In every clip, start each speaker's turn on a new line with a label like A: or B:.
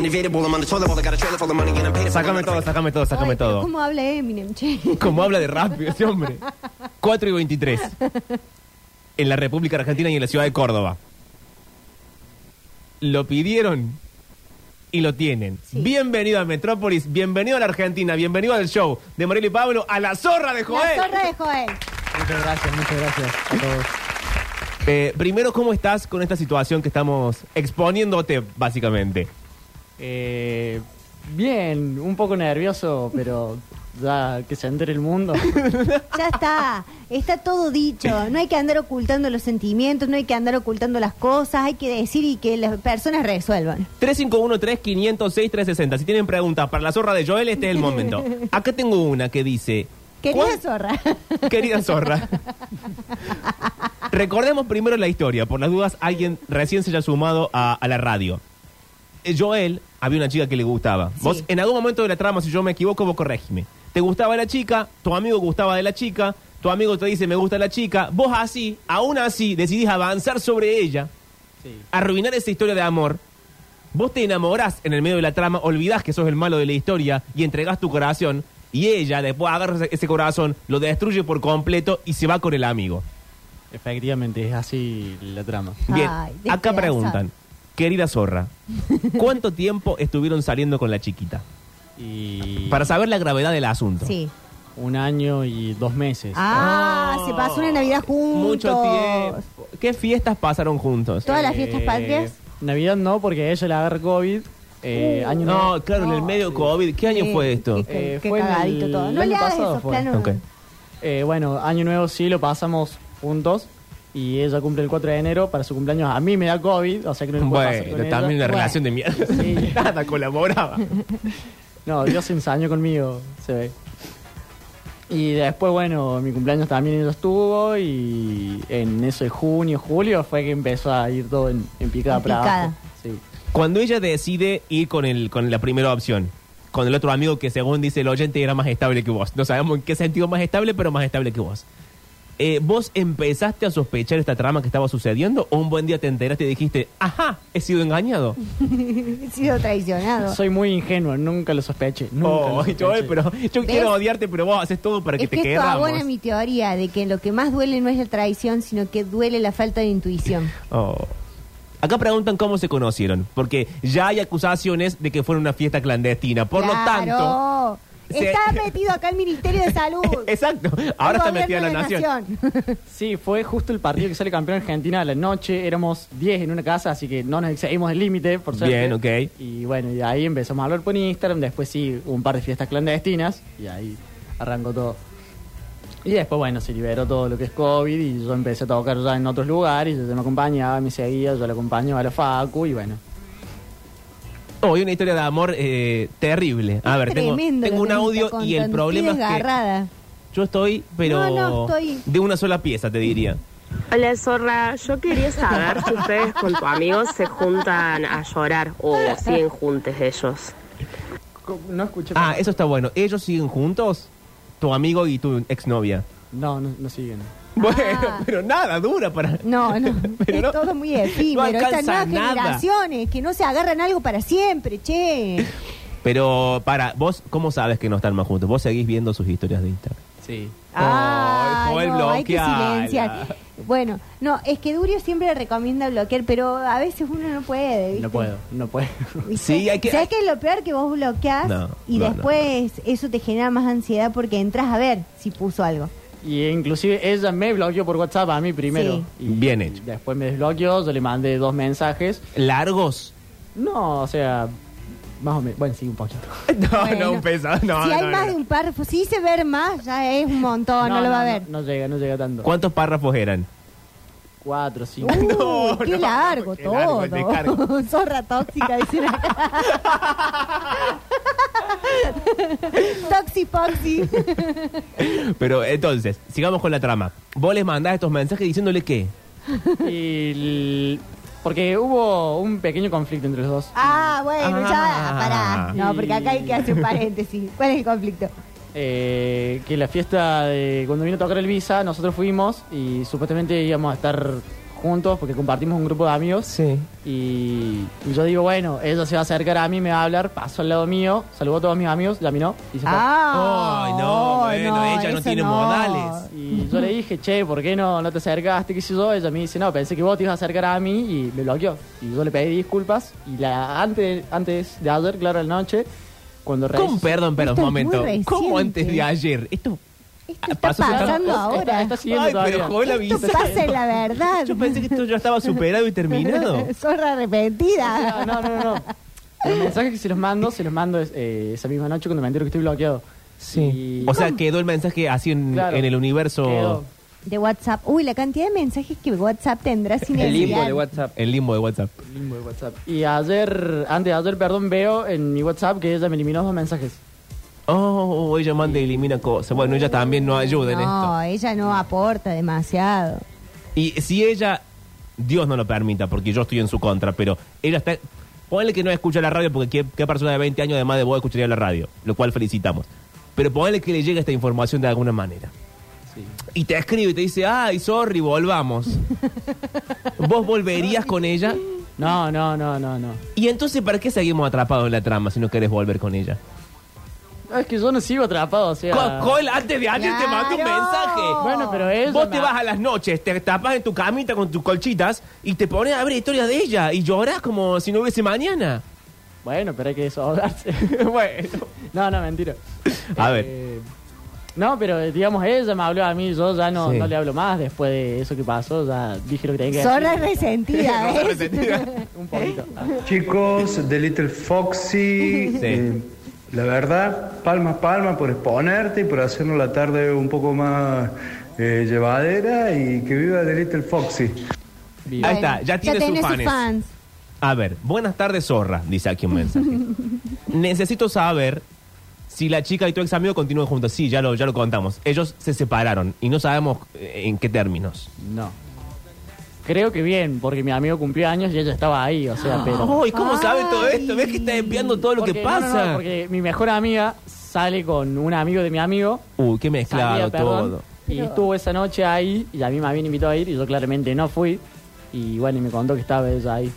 A: invadable, I'm on the toilet bowl, I got a trailer full of money and I'm paid for
B: Sácame
A: it.
B: todo, sácame todo, sácame
C: Ay, pero
B: todo.
C: ¿Cómo habla Eminem, che?
B: Como habla de rápido ese hombre. 4 y 23. En la República Argentina y en la ciudad de Córdoba. Lo pidieron y lo tienen.
C: Sí.
B: Bienvenido a Metrópolis, bienvenido a la Argentina, bienvenido al show de Morel y Pablo, a la zorra de Joel.
C: La zorra de Joel.
D: Muchas gracias, muchas gracias a todos.
B: Eh, primero, ¿cómo estás con esta situación que estamos exponiéndote, básicamente?
D: Eh, bien, un poco nervioso, pero ya que se entere el mundo.
C: Ya está, está todo dicho. No hay que andar ocultando los sentimientos, no hay que andar ocultando las cosas, hay que decir y que las personas resuelvan.
B: 351-3506-360. Si tienen preguntas para la zorra de Joel, este es el momento. Acá tengo una que dice...
C: Querida
B: ¿cuál-
C: zorra.
B: Querida zorra. Recordemos primero la historia. Por las dudas, alguien recién se haya sumado a, a la radio. Eh, Joel, había una chica que le gustaba. Vos, en algún momento de la trama, si yo me equivoco, vos corregime. Te gustaba la chica, tu amigo gustaba de la chica, tu amigo te dice me gusta la chica. Vos así, aún así, decidís avanzar sobre ella,
D: Sí.
B: arruinar esa historia de amor. Vos te enamorás en el medio de la trama, olvidás que sos el malo de la historia y entregás tu corazón. Y ella después agarra ese- ese corazón, lo destruye por completo y se va con el amigo.
D: Efectivamente, es así la trama.
B: Bien,
C: Ay,
B: acá
C: despedazado.
B: preguntan, querida zorra, ¿cuánto tiempo estuvieron saliendo con la chiquita?
D: Y
B: Para saber la gravedad del asunto.
C: Sí.
D: un año y dos meses.
C: Ah,
B: Ah,
C: se pasó una Navidad juntos.
B: Mucho tiempo. ¿Qué fiestas pasaron juntos?
C: Todas las fiestas patrias.
D: Eh,
C: Uh.
D: Navidad no, porque a ella le agarra COVID. Eh, año nuevo-
B: No, claro, en el medio COVID. ¿Qué año
C: Sí,
B: fue esto?
C: Qué, qué-
D: Eh,
C: qué
D: fue en el
C: cagadito todo. No le
D: año
C: hagas
D: pasado
C: esos
D: fue.
C: planos.
B: Ok.
D: eh, bueno, año nuevo sí lo pasamos juntos. Y ella cumple el 4 de enero. Para su cumpleaños a mí me da COVID, o sea que no lo puedo pasar
B: Bueno,
D: con
B: también la
D: ella.
C: Bueno.
B: relación de mierda.
D: Sí.
B: Nada, colaboraba.
D: No, Dios se ensañó conmigo, se ve. Y después, bueno, mi cumpleaños también ella estuvo y en eso de junio, julio fue que empezó a ir todo en, en picada
C: En
D: para abajo.
C: picada.
D: Sí.
B: Cuando ella decide ir con, el, con la primera opción, con el otro amigo que según dice el oyente era más estable que vos. No sabemos en qué sentido más estable, pero más estable que vos. Eh, ¿Vos empezaste a sospechar esta trama que estaba sucediendo o un buen día te enteraste y dijiste, ajá, he sido engañado?
C: He sido traicionado.
D: Soy muy ingenuo, nunca lo sospeché. Nunca lo
B: Oh,
D: sospeché.
B: Joel, pero yo
C: ¿Ves?
B: quiero odiarte, pero vos haces todo para que
C: Es
B: te
C: que esto
B: queramos.
C: abona mi teoría de que lo que más duele no es la traición, sino que duele la falta de intuición.
B: Oh. Acá preguntan cómo se conocieron, porque ya hay acusaciones de que fue en una fiesta clandestina. Por lo tanto...
C: Claro.
B: se-
C: Está metido acá el Ministerio de Salud.
B: Exacto, ahora está
C: El
B: metida la
C: gobierno de
B: nación.
D: Sí, fue justo el partido que sale campeón Argentina a la noche. Éramos 10 en una casa, así que no nos excedimos del límite, por suerte.
B: Bien, ok.
D: Y bueno, y ahí empezamos a hablar por Instagram. Después sí, hubo un par de fiestas clandestinas. Y ahí arrancó todo. Y después, bueno, se liberó todo lo que es COVID. Y yo empecé a tocar ya en otros lugares. Yo, yo me acompañaba, me seguía, yo le acompañaba a la Facu. Y bueno,
B: Hoy Oh, una historia de amor eh, terrible. A
C: Es
B: ver, tengo,
C: tremendo
B: tengo
C: lo
B: un
C: que me
B: audio
C: está
B: y el
C: contando.
B: problema es
C: Estoy
B: que
C: desgarrada.
B: yo estoy, pero
C: No, no, estoy- Mm,
B: de una sola pieza, te diría.
E: Hola Zorra, yo quería saber si ustedes con tu amigo se juntan a llorar o siguen juntes ellos.
D: co- no escuché.
B: Ah, eso está bueno. ¿Ellos siguen juntos? Tu amigo y tu exnovia.
C: Ah.
D: No, no, no siguen.
B: Bueno, pero nada, dura para...
C: No, no,
B: Pero
C: es
B: no-
C: todo muy efímero.
B: no alcanza
C: Estas nuevas
B: nada.
C: generaciones que no se agarran algo para siempre, che.
B: Pero para, vos, ¿cómo sabes que no están más juntos? Vos seguís viendo sus historias de Instagram.
D: Sí.
C: Ah,
B: Ay, Joel,
C: no, hay que
B: bloqueala.
C: silenciar. Bueno, no, es que Durio siempre recomienda bloquear, pero a veces uno no puede. ¿viste?
D: No puedo, no puedo.
C: ¿Viste?
B: Sí, hay que-
C: ¿Sabes qué es lo peor que vos bloqueás
B: No,
C: y
B: no, no,
C: después eso te genera más ansiedad porque entras a ver si puso algo?
D: Y inclusive ella me bloqueó por WhatsApp a mí primero.
B: Sí.
D: Y
B: Bien hecho.
D: Después me desbloqueó, yo le mandé dos mensajes.
B: ¿Largos?
D: No, o sea, más o menos. Bueno, sí, un poquito.
B: Oh, No,
C: Bueno,
B: no, un peso. No,
C: si hay
B: no, no,
C: más de
B: no.
C: un párrafo, si hice ver más, ya es un montón, no, lo va a ver.
D: No, llega, no llega tanto.
B: ¿Cuántos párrafos eran?
D: Cuatro, cinco.
C: Uy,
B: No,
C: Uh, qué
B: no,
C: largo
B: qué largo
C: todo.
B: el descargo.
C: Zorra tóxica, dicen acá. Toxipoxi.
B: Pero entonces, sigamos con la trama. Vos les mandás estos mensajes diciéndole qué.
D: Y el- porque hubo un pequeño conflicto entre los dos.
C: Ah, bueno,
B: Ah.
C: ya, pará. No, porque acá hay que hacer un paréntesis. ¿Cuál es el conflicto?
D: Eh, que la fiesta de cuando vino a tocar el Visa, nosotros fuimos y supuestamente íbamos a estar juntos porque compartimos un grupo de amigos.
B: Sí.
D: Y, y yo digo, bueno, ella se va a acercar a mí, me va a hablar, pasó al lado mío, saludó a todos mis amigos, la miró y se fue.
C: Ah,
B: Ay, no, bueno, ella no
C: eso
B: tiene modales.
D: Y yo le dije, che, ¿por qué no, no te acercaste? ¿Qué sé yo? Ella me dice, no, pensé que vos te ibas a acercar a mí y me bloqueó. Y yo le pedí disculpas. Y la antes, antes de ayer, claro, en la noche, cuando re-
B: ¿Cómo? Perdón, perdón,
C: Esto
B: un
C: es muy
B: momento. ¿Cómo
C: reciente.
B: antes de ayer? Esto.
C: Esto está
B: Pasó-
C: pasando
D: Está-
C: ahora.
D: Está, siguiendo
B: Ay,
D: todavía.
B: pero Joel
C: Esto
B: avisa.
C: pasa en la verdad.
B: Yo pensé que esto ya estaba superado y terminado.
C: Zorra arrepentida.
D: No, no, no, no. Los mensajes que se los mando, se los mando es- eh, esa misma noche cuando me entero que estoy bloqueado.
B: Sí.
D: Y-
B: O sea, quedó el mensaje así en,
D: Claro.
B: en el universo.
D: Quedó.
C: De WhatsApp. Uy, la cantidad de mensajes que WhatsApp tendrá sin
F: El limbo
C: enviar.
F: de WhatsApp.
B: El limbo de WhatsApp.
D: Limbo de WhatsApp. Y ayer, antes de ayer, perdón, veo en mi WhatsApp que ella me eliminó dos mensajes.
B: Oh, ella manda y elimina cosas. Bueno, ella también no ayuda en esto.
C: No, ella no aporta demasiado.
B: Y si ella, Dios no lo permita, porque yo estoy en su contra, pero ella está. Ponle que no escucha la radio, porque qué, qué persona de 20 años además de vos escucharía la radio, lo cual felicitamos. Pero ponle que le llegue esta información de alguna manera. Y te escribe y te dice, ay, sorry, volvamos. ¿Vos volverías con ella?
D: No, no, no, no, no.
B: ¿Y entonces para qué seguimos atrapados en la trama si no querés volver con ella?
D: No, Es que yo no sigo atrapado, o sea.
B: Co- Joel, antes de ayer te mandé un
C: Claro.
B: mensaje.
D: Bueno, pero ella.
B: Vos te
D: me-
B: vas a las noches, te tapás en tu camita con tus colchitas y te pones a ver historias de ella y llorás como si no hubiese mañana.
D: Bueno, pero hay que desahogarse.
B: bueno.
D: no, no, mentira.
B: A ver.
D: Eh, no, pero eh, digamos, ella me habló a mí, yo ya no,
B: Sí.
D: no le hablo más después de eso que pasó, ya dije lo que tenía que
C: Zorra
D: decir.
C: resentida, ¿ves?
D: Un poquito. Ah.
G: Chicos de Little Foxy, eh, la verdad, palmas, palmas por exponerte y por hacernos la tarde un poco más eh, llevadera y que viva de Little Foxy.
D: Bien.
B: Ahí está,
C: Bueno,
B: ya tiene sus
C: tenés
B: fans.
C: fans.
B: A ver, buenas tardes, zorra, dice aquí un mensaje. Necesito saber si la chica y tu ex amigo continúan juntos. Sí, ya lo, ya lo contamos. Ellos se separaron y no sabemos eh, en qué términos.
D: No. Creo que bien, porque mi amigo cumplió años y ella estaba ahí, o sea, pero.
B: Ay, ¿cómo sabe todo
C: Ay.
B: esto? ¿Ves que está enviando Oh, todo lo
D: Porque-
B: que
D: no, no,
B: pasa?
D: no, porque mi mejor amiga sale con un amigo de mi amigo.
B: Uy, qué
D: salía,
B: mezclado
D: perdón,
B: todo.
D: Y estuvo esa noche ahí y a mí me habían invitado a ir y yo claramente no fui. Y bueno, y me contó que estaba ella ahí.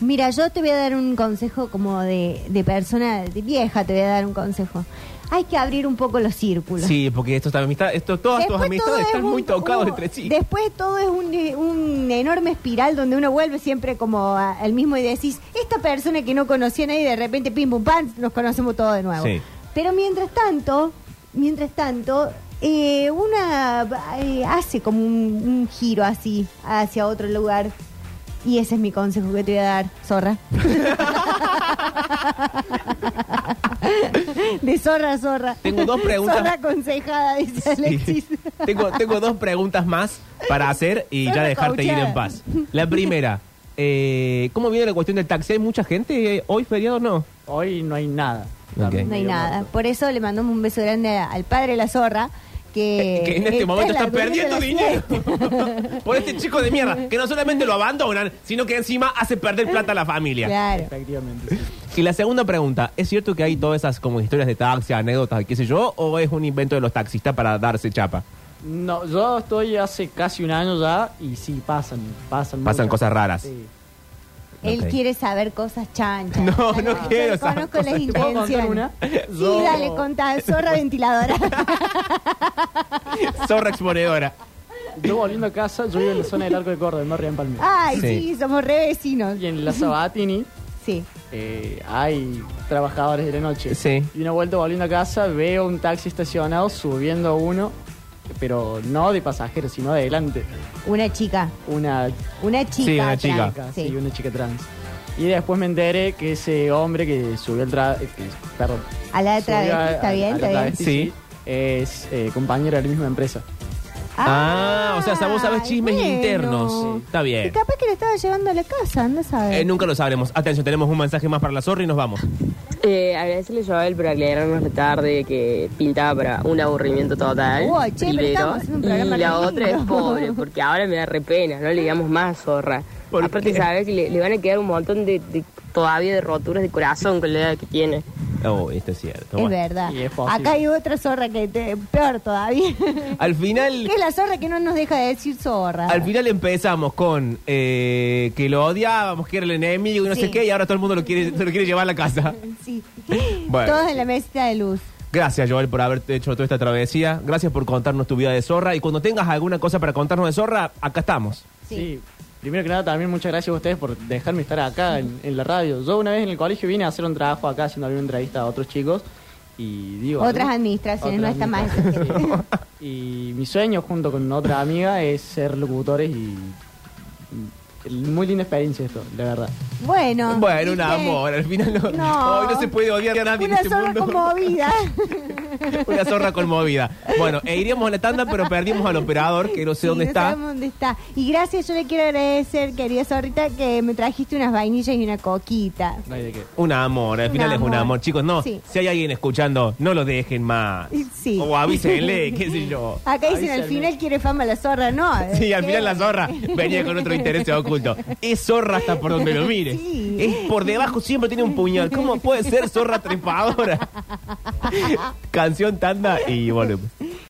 C: Mira, yo te voy a dar un consejo como de, de persona de vieja, te voy a dar un consejo. Hay que abrir un poco los círculos.
B: Sí, porque esto, amistad, esto, todas tus
C: Después todo
B: amistades
C: es
B: están
C: un-
B: muy tocados
C: un-
B: entre sí.
C: Después todo es un, un enorme espiral donde uno vuelve siempre como a- al mismo y decís, esta persona que no conocía a nadie, de repente pim pum pam, nos conocemos todos de nuevo.
B: Sí.
C: Pero mientras tanto, mientras tanto, eh, una eh, hace como un, un giro así hacia otro lugar. Y ese es mi consejo que te voy a dar, zorra. De zorra a zorra.
B: Tengo dos preguntas.
C: Zorra aconsejada, dice Alexis.
B: Sí. tengo, tengo dos preguntas más para hacer y
C: Soy
B: ya dejarte ir
C: recauchada.
B: en paz. La primera, eh, ¿cómo viene la cuestión del taxi? ¿Hay mucha gente eh, hoy feriado o no?
D: Hoy no hay nada.
B: Ok.
C: No hay nada. Por eso le mandamos un beso grande a- al padre de la zorra. Que,
B: que en este
C: está
B: momento
C: en Eh, la
B: están
C: dueña de la
B: perdiendo dinero
C: siesta.
B: por este chico de mierda que no solamente lo abandonan, sino que encima hace perder plata a la familia.
C: Claro.
D: Efectivamente, sí.
B: Y la segunda pregunta, ¿es cierto que hay todas esas como historias de taxi, anécdotas, qué sé yo, o es un invento de los taxistas para darse chapa?
D: No, yo estoy hace casi un año ya y sí, pasan, pasan.
B: Pasan
D: muchas.
B: cosas raras.
D: Sí.
C: Él
B: Ok.
C: quiere saber cosas chanchas.
B: No, no
C: Yo
B: quiero saber
C: Conozco
B: cosas
C: las
B: chanchas.
D: ¿Te puedo contar
C: intenciones.
D: una?
C: Sí,
D: Yo-
C: dale, contá, zorra ventiladora.
B: Zorra exponedora.
D: Yo volviendo a casa, yo vivo en la zona del Arco de Córdoba, en Barrio en Palmira.
C: Ay, sí.
B: Sí.
C: somos re vecinos.
D: Y en la Sabatini
C: Sí.
D: eh, hay trabajadores de la noche.
B: Sí.
D: Y una vuelta volviendo a casa, veo un taxi estacionado subiendo uno, pero no de pasajeros, sino de adelante.
C: Una chica.
D: Una
C: Una chica.
B: Sí, una chica.
C: trans,
D: sí,
C: sí.
D: una chica trans. Y después me enteré que ese hombre que subió el tra... eh, que- perdón.
C: A la
D: Subió a-
C: travesti,
D: a-
C: está
D: a
C: bien,
D: la
C: está bien.
B: Sí.
D: travesti, sí, Es eh, compañero de la misma empresa.
B: Ah, o sea, vos sabés
C: ay,
B: chismes
C: bueno.
B: internos. Está bien.
C: Y capaz que lo estaba llevando a la casa, anda a saber.
B: Eh, nunca lo sabremos. Atención, tenemos un mensaje más para la zorra y nos vamos.
E: Eh, agradecerle yo a él por aclararnos la tarde que pintaba para un aburrimiento total.
C: Uy, che, pero
E: primero.
C: estamos haciendo un programa
E: y la
C: lindo.
E: otra es pobre, porque ahora me da repena, no le digamos más zorra.
B: ¿Por
E: Aparte
B: qué?
E: sabe que le, le van a quedar un montón de, de- todavía de roturas de corazón con la edad que tiene.
B: Oh, esto es cierto.
C: es
B: Bueno.
C: verdad.
D: Y es posible.
C: Acá hay otra zorra que te, peor todavía.
B: Al final,
C: que es la zorra que no nos deja de decir zorra.
B: al final empezamos con eh, que lo odiábamos, que era el enemigo y no
C: Sí.
B: sé qué, y ahora todo el mundo lo quiere, se lo quiere llevar a la casa.
C: Sí.
B: Bueno.
C: Todos en la mesita de luz.
B: Gracias, Joel, por haber hecho toda esta travesía. Gracias por contarnos tu vida de zorra. Y cuando tengas alguna cosa para contarnos de zorra, acá estamos.
C: Sí.
D: Sí. Primero que nada, también muchas gracias a ustedes por dejarme estar acá en, en la radio. Yo una vez en el colegio vine a hacer un trabajo acá, haciendo una entrevista a otros chicos. Y digo.
C: Otras
D: ¿no?
C: administraciones,
D: Otras
C: no está
D: administraciones,
C: mal.
D: sí. y mi sueño, junto con otra amiga, es ser locutores y. y- Muy linda experiencia esto, la verdad.
C: Bueno.
B: Bueno, un
C: ¿viste?
B: amor. Al final no,
C: Ah, No.
B: hoy no se puede odiar a nadie
C: Una
B: en este
C: zorra
B: mundo.
C: conmovida.
B: Una zorra conmovida. Bueno, e iríamos a la tanda, pero perdimos al operador, que no sé
C: Sí,
B: dónde
C: no
B: está.
C: sabemos dónde está. Y gracias, yo le quiero agradecer, querida zorrita, que me trajiste unas vainillas y una coquita.
D: No hay de qué.
B: Un amor, al
C: Un
B: final es un
C: amor.
B: amor. Chicos, no,
C: Sí.
B: si hay alguien escuchando, no lo dejen más.
C: Sí.
B: O avísenle, qué sé yo.
C: Acá dicen al
D: Avísame.
C: final quiere fama la zorra, no.
B: Sí, al
C: ¿Qué?
B: final la zorra venía con otro interés oculto. Es zorra hasta por donde lo mires.
C: Sí.
B: Es por debajo siempre tiene un puñal. ¿Cómo puede ser zorra trepadora? Canción tanda y volvemos.